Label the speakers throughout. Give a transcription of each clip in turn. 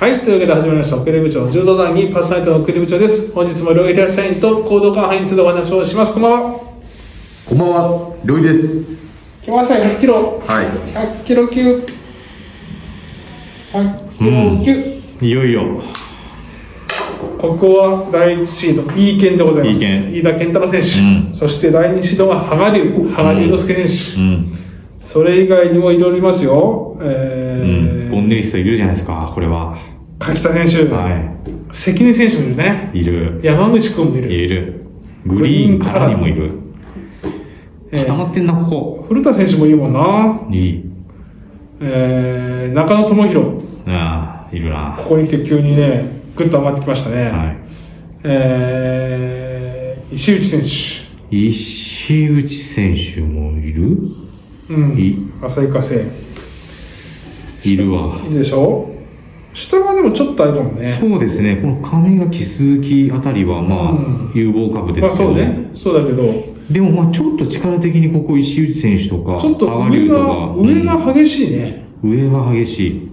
Speaker 1: はい、というわけで始まりました、奥入部長、柔道団にパーソナリティの奥入部長です。本日も両平社員と行動館派についてお話をします。こんばんは。
Speaker 2: こんばんは、りょういです。
Speaker 1: 来ました、100キロ。
Speaker 2: はい
Speaker 1: 100キロ級。100キロ級。
Speaker 3: いよいよ
Speaker 1: ここは第1シード、いい県でございます。
Speaker 3: いい県
Speaker 1: 飯田健太郎選手、
Speaker 3: うん
Speaker 1: そして第2シードは羽賀龍、羽賀龍之介選手、
Speaker 3: うん、
Speaker 1: それ以外にもいろいろいますよ。
Speaker 3: う
Speaker 1: え
Speaker 3: ん、
Speaker 1: ー
Speaker 3: ボンネリストいるじゃないですかこれは
Speaker 1: 柿田選手、
Speaker 3: は
Speaker 1: 関根選手もいるね。
Speaker 3: いいる
Speaker 1: 山口君もい
Speaker 3: い
Speaker 1: る。
Speaker 3: るグリーンからにもいる
Speaker 1: えー
Speaker 3: 固まってんなこ
Speaker 1: 古田選手もいいもんな。
Speaker 3: こいい
Speaker 1: えー中野智弘、
Speaker 3: ああいる
Speaker 1: こ
Speaker 3: な
Speaker 1: こに来て急にね、ぐっと上がってきましたね。
Speaker 3: は
Speaker 1: えー石内選
Speaker 3: い石内選手もいる
Speaker 1: 手、うん、
Speaker 3: い
Speaker 1: 旭化成、い
Speaker 3: いるわ
Speaker 1: いでしょ下がでもちょっとあれかもね。
Speaker 3: そうですねこの上垣鈴木あたりはまあ、
Speaker 1: うん
Speaker 3: 有望株で
Speaker 1: まあ
Speaker 3: すけ
Speaker 1: そ
Speaker 3: ど、
Speaker 1: うね、そうだけど、
Speaker 3: でもまあちょっと力的にここ石内選手とか
Speaker 1: ちょっと
Speaker 3: 羽賀
Speaker 1: 上
Speaker 3: 龍と
Speaker 1: が、
Speaker 3: か
Speaker 1: 上が激しいね。
Speaker 3: うん上が激しい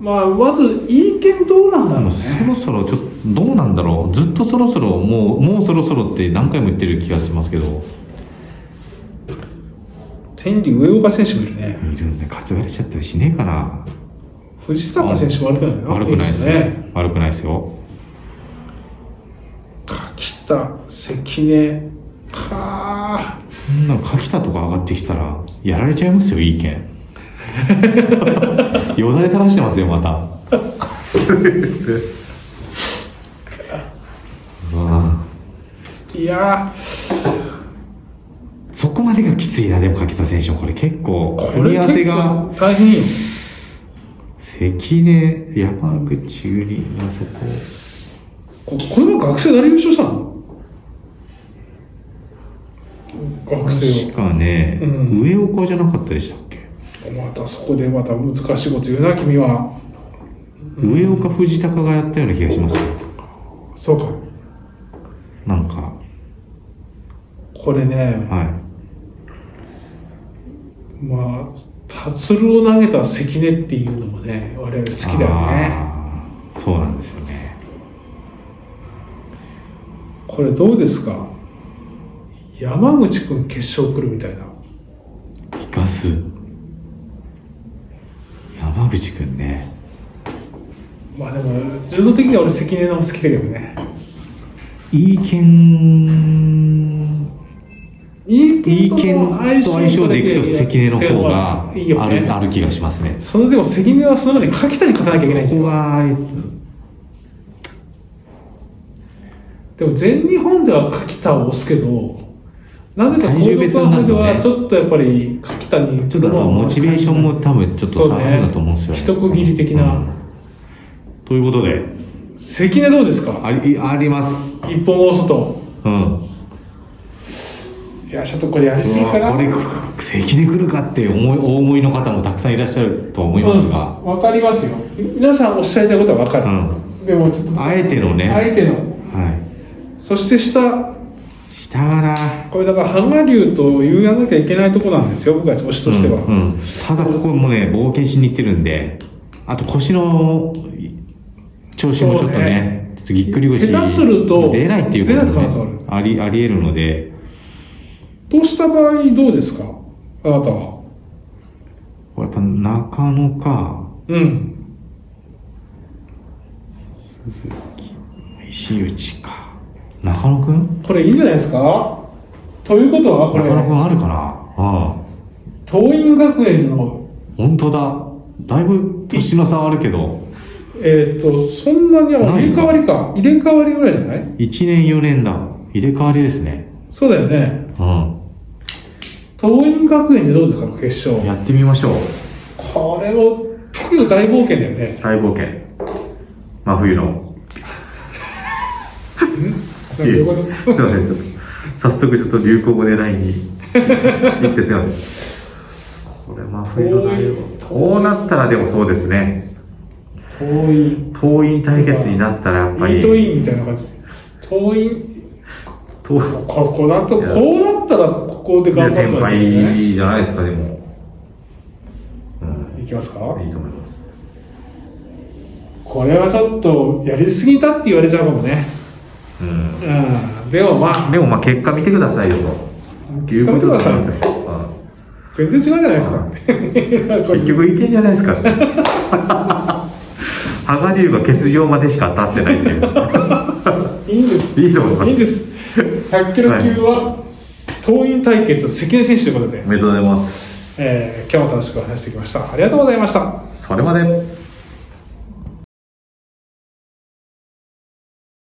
Speaker 1: まあ、まず、いい県どうなんだろう
Speaker 3: もうそ
Speaker 1: ね。
Speaker 3: ろそろちょっとどうなんだろうずっとそろそろもうもうそろそろって何回も言ってる気がしますけど
Speaker 1: 天理上岡選手もいるね。
Speaker 3: いるんで担がれちゃったりしねえかな
Speaker 1: 藤坂選手も悪くないな。
Speaker 3: 悪くないですね悪くないですよ
Speaker 1: 柿田、関根、かー。
Speaker 3: そんな柿田とか上がってきたらやられちゃいますよい い件よだれ垂らしてますよ またまあ
Speaker 1: いや
Speaker 3: そこまでがきついなでも柿田選手もこれ結構
Speaker 1: ー、
Speaker 3: 組み合わせが
Speaker 1: これ結構大変よ。
Speaker 3: 関根山口グリーンあそこ
Speaker 1: ここの前学生誰優勝したの学生
Speaker 3: 確かね、
Speaker 1: うん
Speaker 3: 上岡じゃなかったでしたっけ、
Speaker 1: を。またそこでまた難しいこと言うな、君は。
Speaker 3: 上岡藤高がやったような気がしますよ
Speaker 1: そうか。
Speaker 3: なんか
Speaker 1: これね、
Speaker 3: は
Speaker 1: まあ、達郎を投げた関根っていうのもね、我々好
Speaker 3: い
Speaker 1: きだよね。
Speaker 3: あーそうなんですよね
Speaker 1: これどうですか山口くん決勝来るみたいな。
Speaker 3: 生かす山口くんね
Speaker 1: まあでも、柔道的には俺関根の方が好きだけどね。
Speaker 3: いい剣
Speaker 1: いい
Speaker 3: いい剣と相性でいくと関根の方があ
Speaker 1: いいよ、ね、
Speaker 3: るある気がしますね
Speaker 1: そのでも関根はその中で柿田に勝たなきゃいけないんだ
Speaker 3: ここ
Speaker 1: よ
Speaker 3: が
Speaker 1: でも全日本では柿田を押すけどなぜか
Speaker 3: 体重別になる
Speaker 1: で
Speaker 3: とね
Speaker 1: はちょっとやっぱり柿田に
Speaker 3: ちょっとあとモチベーションも多分ちょっと下がるんだと思うんですよ、ね
Speaker 1: そうね一区切り的な
Speaker 3: うんということで
Speaker 1: 関根どうですか
Speaker 3: ありあります
Speaker 1: 一本大外
Speaker 3: うん
Speaker 1: いやちょっとこれやりすぎ
Speaker 3: うわ
Speaker 1: かな
Speaker 3: これ関根来るかって思いお思いの方もたくさんいらっしゃるとは思いますが、
Speaker 1: わかりますよ皆さんおっしゃりたいことはわかる、
Speaker 3: うん
Speaker 1: でもちょっと
Speaker 3: あえてのね
Speaker 1: 相手の
Speaker 3: は
Speaker 1: そして下
Speaker 3: い下から
Speaker 1: これだから羽賀龍と言わなきゃいけないとこなんですよ僕は推しとしては、
Speaker 3: うんうんただここもね冒険しに行ってるんであと腰の調子もちょっと
Speaker 1: そう
Speaker 3: ね
Speaker 1: ね
Speaker 3: ちょっとぎっくり腰
Speaker 1: 下手すると
Speaker 3: 出ないっていうこ
Speaker 1: 出な
Speaker 3: と
Speaker 1: い可能性
Speaker 3: ね、ありありえるので
Speaker 1: とした場合どうですかあなたは
Speaker 3: これやっぱ中野か
Speaker 1: うん
Speaker 3: 鈴木石内か中野くん
Speaker 1: これいいんじゃないですかということはこ
Speaker 3: 中野く
Speaker 1: れ
Speaker 3: んあるかなうん
Speaker 1: 桐蔭学園の
Speaker 3: 本当だだいぶ年の差はあるけど
Speaker 1: えっ、とそんなにあ
Speaker 3: ない
Speaker 1: 入れ替わりか入れ替わりぐらいじゃない
Speaker 3: 1年4年だ入れ替わりですね
Speaker 1: そうだよね
Speaker 3: うん
Speaker 1: 桐蔭学園でどうですか決勝
Speaker 3: やってみましょう
Speaker 1: これも結構大冒険だよね
Speaker 3: 大冒険真冬の
Speaker 1: なんていうこと
Speaker 3: いませんちょっと早速ちょっと流行語でないに行ってすいませんこれ真冬の大冒険こうなったらでもそうですね
Speaker 1: 桐蔭
Speaker 3: 党員対決になったらやっぱ
Speaker 1: イ
Speaker 3: り
Speaker 1: ートインみたいな感じ桐蔭
Speaker 3: 党
Speaker 1: ここだとこうなったらここで頑張
Speaker 3: ね
Speaker 1: った
Speaker 3: 先
Speaker 1: らいいよね
Speaker 3: 輩じゃないですかでも、うん、
Speaker 1: いきますか
Speaker 3: いいと思います
Speaker 1: これはちょっとやりすぎたって言われちゃうかもね、
Speaker 3: うん
Speaker 1: うん、でもまあ
Speaker 3: でもまあ結果見てくださいよということだと思いますよ
Speaker 1: 全然違うじゃないですか
Speaker 3: うん結局いけんじゃないですか羽賀龍が欠場までしか当たってないっていう
Speaker 1: いいんです
Speaker 3: いいと思います
Speaker 1: いいんです100キロ級は党員対決関根選手ということで
Speaker 3: お、めでとうございます
Speaker 1: えー今日も楽しくお話してきましたありがとうございました
Speaker 3: それまで